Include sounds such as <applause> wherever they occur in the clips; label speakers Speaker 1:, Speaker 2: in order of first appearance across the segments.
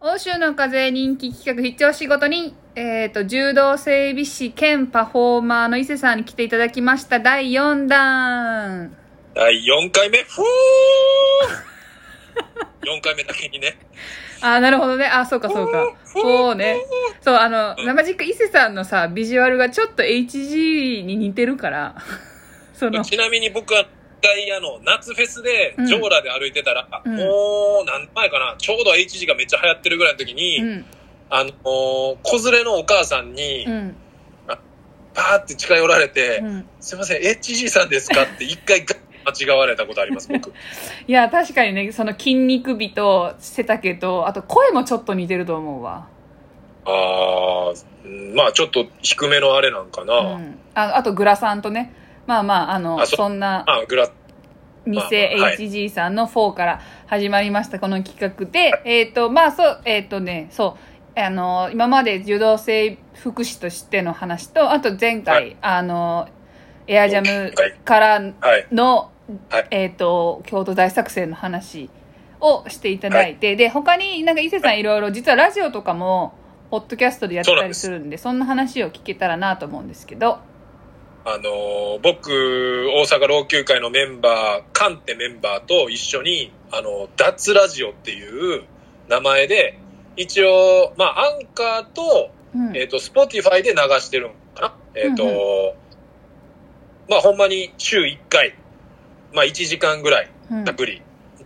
Speaker 1: 欧州の風人気企画必聴仕事に、えっ、と、柔道整備士兼パフォーマーの伊勢さんに来ていただきました。第4弾。
Speaker 2: 第4回目、ふぅー !4 回目だけにね。
Speaker 1: あ、なるほどね。あ、そうかそうか。そうね。そう、あの、生実家伊勢さんのさ、ビジュアルがちょっと HG に似てるから、 <laughs> その、
Speaker 2: ちなみに僕は、一回あの、夏フェスで
Speaker 1: う、ん
Speaker 2: ジョーラで歩いてたら、
Speaker 1: うん
Speaker 2: もう、何年前かな、ちょうど H 字がめっちゃ流行ってるぐらいの時に、
Speaker 1: うん、
Speaker 2: あのー、子連れのお母さんに
Speaker 1: う、ん、
Speaker 2: パーって近寄られて、
Speaker 1: うん。
Speaker 2: すいません、HG さんですかって一回ガッ間違われたことあります、僕。
Speaker 1: いや、確かにね、その筋肉美と背丈と、あと声もちょっと似てると思うわ。
Speaker 2: あー、うんまあちょっと低めのあれなんかな。
Speaker 1: うん、ああとグラさんとねまあまああの
Speaker 2: あ
Speaker 1: そ
Speaker 2: そ
Speaker 1: んな
Speaker 2: まあ、グラ
Speaker 1: 偽
Speaker 2: まあはい
Speaker 1: HG さんの4から始まりましたこの企画で、えっ、とまあそうえっ、とねそうあの今まで柔道整復師としての話とあと前回、
Speaker 2: は
Speaker 1: あのエアジャム
Speaker 2: はい
Speaker 1: から
Speaker 2: はい。
Speaker 1: の、
Speaker 2: はい
Speaker 1: えっ、と京都大作戦の話をしていただいて、で他になんか伊勢さんいろいろ実はラジオとかもポッドキャストでやってたりするんでそんな話を聞けたらなと思うんですけど。
Speaker 2: あのー僕、大阪老朽会のメンバー、カンってメンバーと一緒に、あの、脱ラジオっていう名前で、一応、まあ、アンカーと、
Speaker 1: うん
Speaker 2: えっ、と、スポティファイで流してるのかなえっ、と、
Speaker 1: うんうん
Speaker 2: まあ、ほんまに週1回、まあ、1時間ぐらい、
Speaker 1: うん
Speaker 2: たっぷり、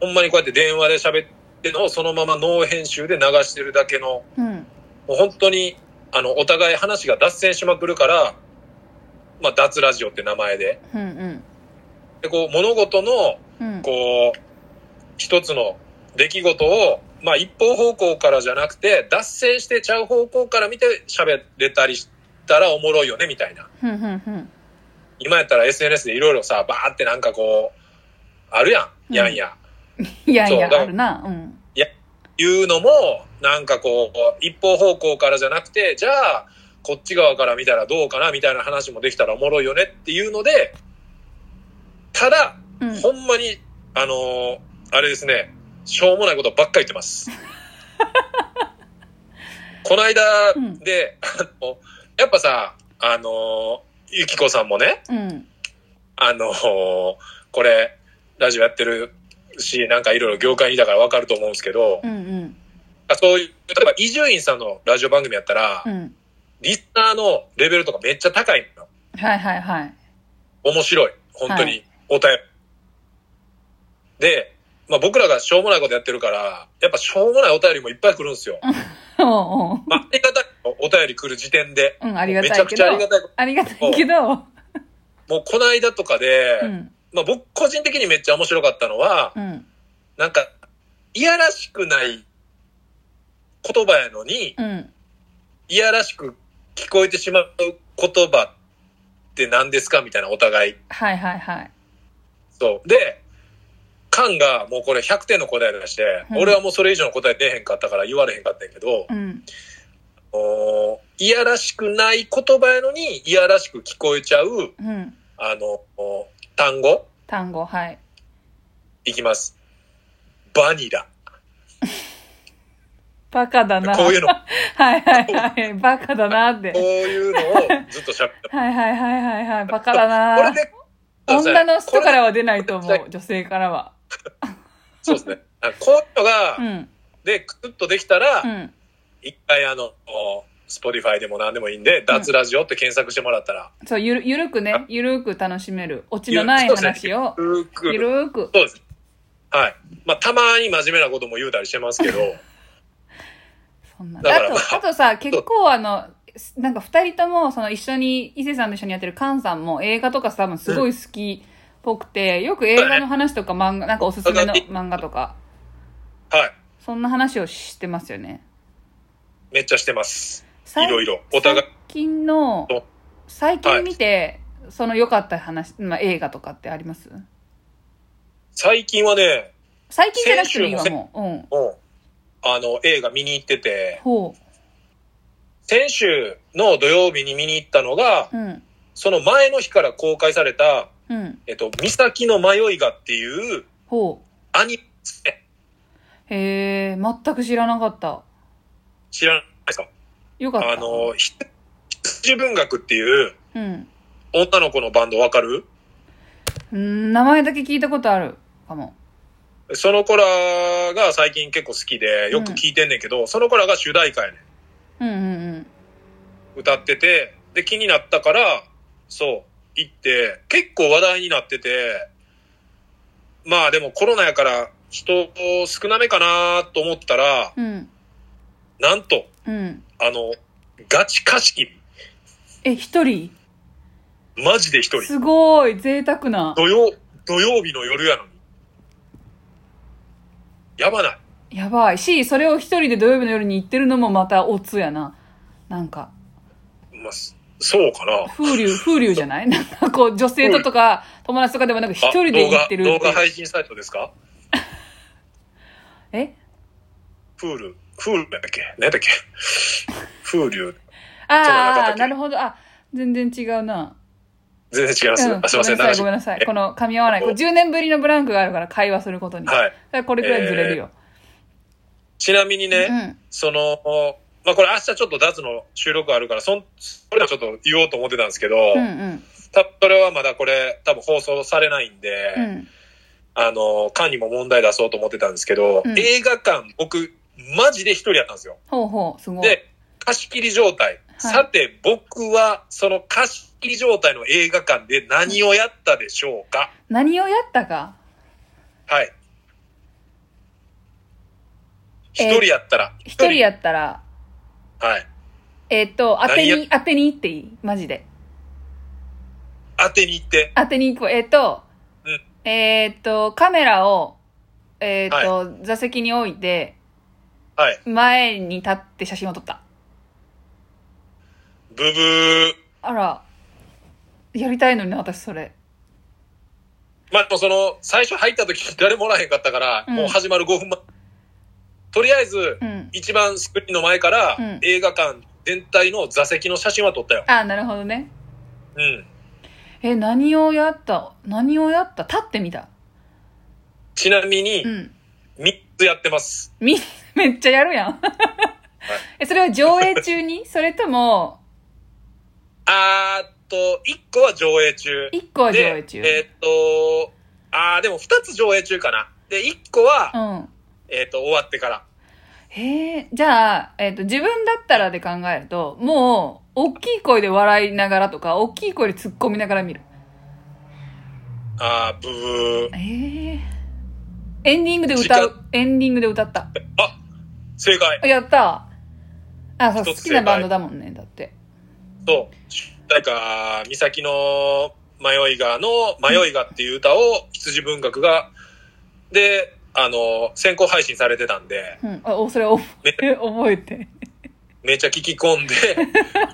Speaker 2: ほんまにこうやって電話で喋ってのをそのままノー編集で流してるだけの、
Speaker 1: うん
Speaker 2: もう本当に、あの、お互い話が脱線しまくるから、まあ、脱ラジオって名前で、
Speaker 1: うん
Speaker 2: でこう物事の
Speaker 1: うん
Speaker 2: こう一つの出来事を、まあ、一方方向からじゃなくて脱線してちゃう方向から見て喋れたりしたらおもろいよねみたいな
Speaker 1: ふんふんふん
Speaker 2: 今やったら SNS でいろいろさバーってなんかこうあるや
Speaker 1: うん
Speaker 2: んやんや、
Speaker 1: いやい
Speaker 2: そう
Speaker 1: や
Speaker 2: だから
Speaker 1: あるなうん
Speaker 2: いうのもなんかこう一方方向からじゃなくてじゃあこっち側から見たらどうかなみたいな話もできたらおもろいよねっていうのでただ
Speaker 1: うん
Speaker 2: ほんまに、あのーあれですね、しょうもないことばっかり言って
Speaker 1: <laughs>
Speaker 2: ます。この間
Speaker 1: うん
Speaker 2: で、あのやっぱさ、あのーゆきこさんもね、
Speaker 1: うん
Speaker 2: あのーこれ、ラジオやってるし、なんかいろいろ業界にだからわかると思うんですけど、
Speaker 1: うんうん
Speaker 2: そういう、例えば伊集院さんのラジオ番組やったら、
Speaker 1: うん
Speaker 2: リスナーのレベルとかめっちゃ高いのよ。
Speaker 1: はいはいはい <laughs>
Speaker 2: 面白い。本当に。
Speaker 1: はい
Speaker 2: お便り。で、まあ僕らがしょうもないことやってるから、やっぱしょうもないお便りもいっぱい来るんですよ。
Speaker 1: おうおう
Speaker 2: まあありがたい。お便り来る時点で。
Speaker 1: うんありがたいけど
Speaker 2: めちゃくちゃありがたい。
Speaker 1: ありがたいけど
Speaker 2: もうこの間とかで、
Speaker 1: うん
Speaker 2: まあ僕個人的にめっちゃ面白かったのは、
Speaker 1: うん
Speaker 2: なんか、いやらしくない言葉やのに、
Speaker 1: うん
Speaker 2: いやらしく聞こえてしまう言葉って何ですかみたいなお互い。
Speaker 1: はいはいはい
Speaker 2: そう。で、カンがもうこれ100点の答え出して、
Speaker 1: うん
Speaker 2: 俺はもうそれ以上の答え出へんかったから言われへんかったんやけど
Speaker 1: う、ん
Speaker 2: おーいやらしくない言葉やのに、いやらしく聞こえちゃう、
Speaker 1: うん
Speaker 2: あの、お単語
Speaker 1: 単語はい
Speaker 2: いきます。バニラ。
Speaker 1: バカだな
Speaker 2: こういうの、こ
Speaker 1: <laughs> はいはいはいバカだなっ
Speaker 2: う
Speaker 1: て
Speaker 2: いうのをずっと喋って
Speaker 1: はいはいはいはいはいバカだ
Speaker 2: これ
Speaker 1: な
Speaker 2: で、
Speaker 1: <laughs> 女の人か
Speaker 2: これ
Speaker 1: らは出ないと思う女性からは
Speaker 2: そうですね。あこういうのが
Speaker 1: う、ん
Speaker 2: で、クッとできたら
Speaker 1: う、ん
Speaker 2: 一回あの、スポティファイでも何でもいいんで、脱ラジオって検索してもらったら、
Speaker 1: そうゆるゆるくねゆるく楽しめるオチのない
Speaker 2: ゆるそうです
Speaker 1: 話を
Speaker 2: うーく
Speaker 1: ゆるーく
Speaker 2: そうです。はい。まあ、たまに真面目なことも言うたりしてます
Speaker 1: <laughs>
Speaker 2: けど、
Speaker 1: そんな
Speaker 2: だから
Speaker 1: あとあとさ結構あのなんか2人ともその一緒に伊勢さんと一緒にやってる菅さんも映画とか多分すごい好きっぽくて、よく映画の話とか漫画なんかおすすめの漫画とか
Speaker 2: はい。
Speaker 1: そんな話をしてますよね
Speaker 2: めっちゃしてます。
Speaker 1: 最
Speaker 2: いろいろお互い
Speaker 1: 最近の
Speaker 2: そう
Speaker 1: 最近見て、その良かった話、まあ、映画とかってあります
Speaker 2: 最近はね、
Speaker 1: 最近じゃなくてもいいわ
Speaker 2: 先週
Speaker 1: もううん
Speaker 2: もう、あの、映画見に行ってて、
Speaker 1: ほ
Speaker 2: 先週の土曜日に見に行ったのが、
Speaker 1: ううん
Speaker 2: その前の日から公開された、
Speaker 1: うん
Speaker 2: えっと、岬の迷いがっていう
Speaker 1: ほう
Speaker 2: アニメですね。
Speaker 1: へえ全く知らなかった
Speaker 2: 知らないですか
Speaker 1: よかった。
Speaker 2: あの、ひ羊文学っていう
Speaker 1: うん。
Speaker 2: 女の子のバンドわかる
Speaker 1: うん、名前だけ聞いたことあるかも。
Speaker 2: その子らが最近結構好きで、よく聴いてんねんけど、その子らが主題歌やね
Speaker 1: うんうん
Speaker 2: ん歌ってて、で、気になったから、そう、行って、結構話題になってて、まあでもコロナやから人少なめかなと思ったら、
Speaker 1: うん。うん。
Speaker 2: なんと、
Speaker 1: うん。
Speaker 2: あの、ガチ貸し切り。
Speaker 1: え、一人
Speaker 2: マジで一人。
Speaker 1: すごい、贅沢な。
Speaker 2: 土曜、土曜日の夜やのに。やばない。
Speaker 1: やばい。し、それを一人で土曜日の夜に行ってるのもまたオツやな。なんか、
Speaker 2: まあ、そうかな。
Speaker 1: 風流、風流じゃ
Speaker 2: <laughs>
Speaker 1: ないなんかこう、女性ととか、友達とかでもなく一
Speaker 2: あ
Speaker 1: 人で行ってるってい
Speaker 2: 動
Speaker 1: う
Speaker 2: 画、動画配信サイトですか
Speaker 1: え
Speaker 2: フール、フールだっけ何だっけフール、なかった
Speaker 1: あ
Speaker 2: っ
Speaker 1: あ、
Speaker 2: け
Speaker 1: なるほど。あ、全然違うな。
Speaker 2: 全然違います。
Speaker 1: うん
Speaker 2: あすいません、
Speaker 1: ごめんなさい、
Speaker 2: し
Speaker 1: ごめんなさい。この噛み合わない。
Speaker 2: え
Speaker 1: こう10年ぶりのブランクがあるから会話することに。だか
Speaker 2: はい。
Speaker 1: らこれくらいずれるよ。
Speaker 2: ちなみにね、
Speaker 1: うん。
Speaker 2: その、まあこれ明日ちょっと脱の収録あるから、そん、それはちょっと言おうと思ってたんですけど、
Speaker 1: うんうん。
Speaker 2: たそれはまだこれ多分放送されないんで、
Speaker 1: うん。
Speaker 2: あの、館にも問題出そうと思ってたんですけど、
Speaker 1: うん
Speaker 2: 映画館、僕、マジで一人やったんですよ。
Speaker 1: ほうほう、すごい。
Speaker 2: で、貸し切り状態。
Speaker 1: い
Speaker 2: さて、僕は、その貸し切り状態の映画館で何をやったでしょうか、
Speaker 1: 何をやったか
Speaker 2: はい。
Speaker 1: え
Speaker 2: 一人やったら。
Speaker 1: 一人やったら、
Speaker 2: はい。
Speaker 1: えっと、当て
Speaker 2: 何
Speaker 1: に、当てに行っていいマジで。
Speaker 2: 当てに行って。
Speaker 1: 当てに行こう。えっと、
Speaker 2: うん
Speaker 1: えっと、カメラを、えっと、座席に置いて、
Speaker 2: はい。
Speaker 1: 前に立って写真を撮った。
Speaker 2: ブブー。
Speaker 1: あら、やりたいのにな、私それ。
Speaker 2: まあ、でもその、最初入った時誰もおらへんかったから、
Speaker 1: うん
Speaker 2: もう始まる5分前。とりあえず
Speaker 1: う、ん。
Speaker 2: 一番スクリーンの前から、
Speaker 1: うん
Speaker 2: 映画館全体の座席の写真は撮ったよ。
Speaker 1: あ、なるほどね。
Speaker 2: うん。
Speaker 1: え、何をやった何をやった立ってみた。
Speaker 2: ちなみに
Speaker 1: う、ん。
Speaker 2: 3つやってます。
Speaker 1: み、 <laughs> めっちゃやるやん。 <laughs> え、それは上映中にそれとも、
Speaker 2: あーっと、1個は上映中。
Speaker 1: 一個は上映中。
Speaker 2: でえーっと、あー、でも2つ上映中かな。で、1個は、
Speaker 1: うん。
Speaker 2: えーっと、終わってから。
Speaker 1: へえ、じゃあ、えっ、と、自分だったらで考えると、もう、大きい声で笑いながらとか、大きい声で突っ込みながら見る。
Speaker 2: あー、ブブー。
Speaker 1: ええ。エンディングで歌
Speaker 2: 時
Speaker 1: う。エンディングで歌った。
Speaker 2: あ、正解。
Speaker 1: あやったあ、そう、
Speaker 2: 一
Speaker 1: 好
Speaker 2: つ
Speaker 1: きなバンドだもんね、だって。
Speaker 2: そう。なんか、三崎の迷いがの、迷いがっていう歌を羊文学が、で、あの、先行配信されてたんで、
Speaker 1: うん。あ、おそれ覚え、 <laughs> 覚えて。
Speaker 2: めっちゃ聞き
Speaker 1: <laughs>
Speaker 2: 込んで、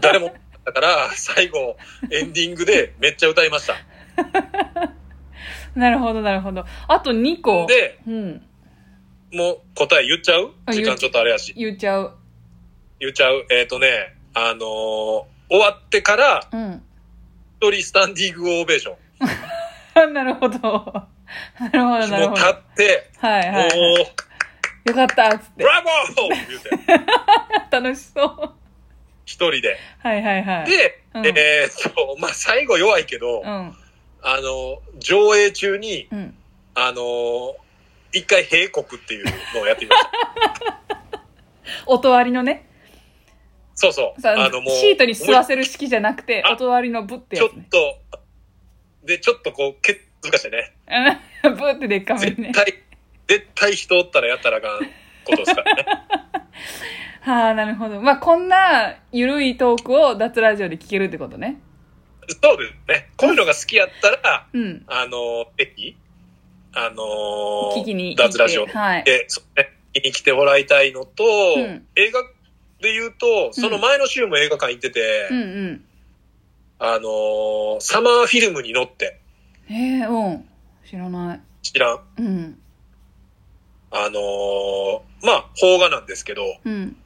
Speaker 2: 誰も、だから、最後、エンディングでめっちゃ歌いました。
Speaker 1: なるほど、なるほど。あと2個。
Speaker 2: で、
Speaker 1: うん。
Speaker 2: もう答え言っちゃう
Speaker 1: あ
Speaker 2: 時
Speaker 1: 言
Speaker 2: 間
Speaker 1: う
Speaker 2: ちょっとあれやし。
Speaker 1: 言っちゃう。
Speaker 2: 言っちゃう。えっ、とね、あのー終わってから、
Speaker 1: うん。 <laughs>
Speaker 2: 一人スタンディングオベーション。
Speaker 1: なるほど。 <laughs> なるほど、なる
Speaker 2: も
Speaker 1: ほ
Speaker 2: う
Speaker 1: ど。
Speaker 2: 立って、
Speaker 1: はい
Speaker 2: も
Speaker 1: はい。
Speaker 2: う、
Speaker 1: よかった、つっ
Speaker 2: ブ
Speaker 1: て。
Speaker 2: ラボー言うて、
Speaker 1: 楽しそう。
Speaker 2: 一人で。
Speaker 1: はいはいはい。
Speaker 2: で、
Speaker 1: うん
Speaker 2: えーっと、まあ、最後弱いけど、
Speaker 1: う
Speaker 2: あ
Speaker 1: ん。
Speaker 2: の、上映中に、
Speaker 1: うん。
Speaker 2: あの、一回閉国っていうのをやってみま
Speaker 1: <laughs>
Speaker 2: した。
Speaker 1: 音割りのね。
Speaker 2: そうそう。
Speaker 1: さ
Speaker 2: あの、
Speaker 1: シートに吸わ
Speaker 2: る
Speaker 1: せる式じゃなくて、
Speaker 2: あ
Speaker 1: 音割りのブって
Speaker 2: ち
Speaker 1: や
Speaker 2: ょっ
Speaker 1: つね。
Speaker 2: と、で、ちょっとこう、けっつかしてね。
Speaker 1: うんブってでっかめ
Speaker 2: 絶
Speaker 1: にね。
Speaker 2: 対、絶対人おったらやったらあかんことで
Speaker 1: <laughs>
Speaker 2: すからね。
Speaker 1: はあ、なるほど。まあ、こんなゆるいトークを脱ラジオで聞けるってことね。
Speaker 2: そうですね。こういうのが好きやったら、
Speaker 1: うん。
Speaker 2: あの、駅あの
Speaker 1: 聞きに行って
Speaker 2: 脱ラジオ
Speaker 1: はい。
Speaker 2: で、そうね、見に来てもらいたいのと、
Speaker 1: うん
Speaker 2: 映画で言うと、その前の週も映画館行ってて、
Speaker 1: うんうん。
Speaker 2: あのーサマーフィルムに乗って、
Speaker 1: ええうん。知らない。
Speaker 2: 知らん、
Speaker 1: うん。
Speaker 2: あのーまあ、邦画なんですけど、
Speaker 1: うん。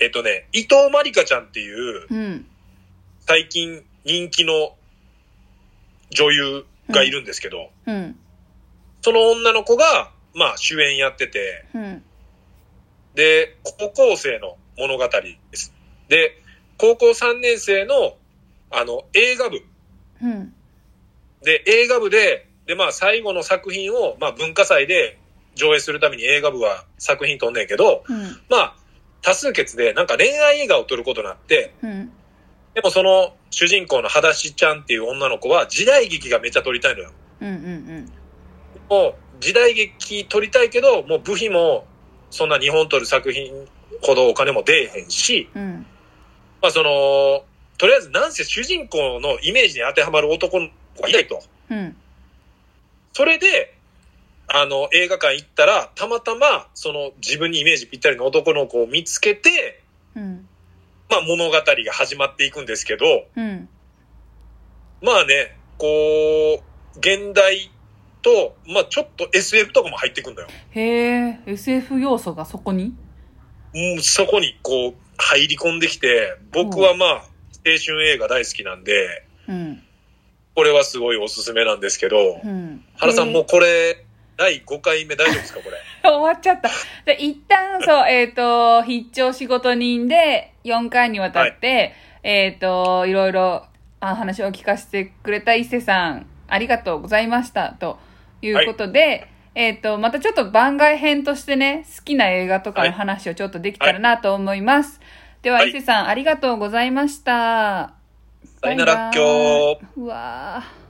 Speaker 2: えっとね、伊藤まりかちゃんっていう、
Speaker 1: うん。
Speaker 2: 最近人気の女優がいるんですけど、
Speaker 1: うん。
Speaker 2: その女の子が、まあ、主演やってて、
Speaker 1: うん。
Speaker 2: で、高校生の物語です。で、高校3年生の、あの、映画部。
Speaker 1: うん。
Speaker 2: で、映画部で、で、まあ、最後の作品を、まあ、文化祭で上映するために映画部は作品撮んねんけど、
Speaker 1: うん。
Speaker 2: まあ、多数決で、なんか恋愛映画を撮ることになって、
Speaker 1: うん。で
Speaker 2: でもその主人公の裸足ちゃんっていう女の子は時代劇がめっちゃ撮りたいのよ。
Speaker 1: うんうん
Speaker 2: もう時代劇撮りたいけど、もう部費もそんな日本撮る作品ほどお金も出えへんし、
Speaker 1: うん。うん。
Speaker 2: まあその、とりあえずなんせ主人公のイメージに当てはまる男の子がいないと。
Speaker 1: うん。
Speaker 2: それで、あの、映画館行ったら、たまたま、その自分にイメージぴったりの男の子を見つけて、
Speaker 1: うん。
Speaker 2: まあ物語が始まっていくんですけど、
Speaker 1: うん。
Speaker 2: まあね、こう、現代と、まあちょっと SF とかも入ってくんだよ。
Speaker 1: へえ、SF 要素がそこに
Speaker 2: うん、そこにこう、入り込んできて、僕はまあ、青春映画大好きなんで、
Speaker 1: うん。
Speaker 2: これはすごいおすすめなんですけど、
Speaker 1: うん。
Speaker 2: 原さんも
Speaker 1: へ
Speaker 2: うこれ、第5回目大丈夫ですかこれ。
Speaker 1: え。 <laughs> 終わっちゃった。で、一旦、そう、えっ、と、必聴仕事人で4回にわたって、えっ、と、いろいろあ話を聞かせてくれた伊勢さん、ありがとうございました、ということで、えっ、と、またちょっと番外編としてね、好きな映画とかの話をちょっとできたらなと思います。では、
Speaker 2: はい
Speaker 1: 伊勢さん、ありがとうございました。
Speaker 2: さよなら、
Speaker 1: バイ
Speaker 2: 今
Speaker 1: バイ
Speaker 2: 日。
Speaker 1: うわー。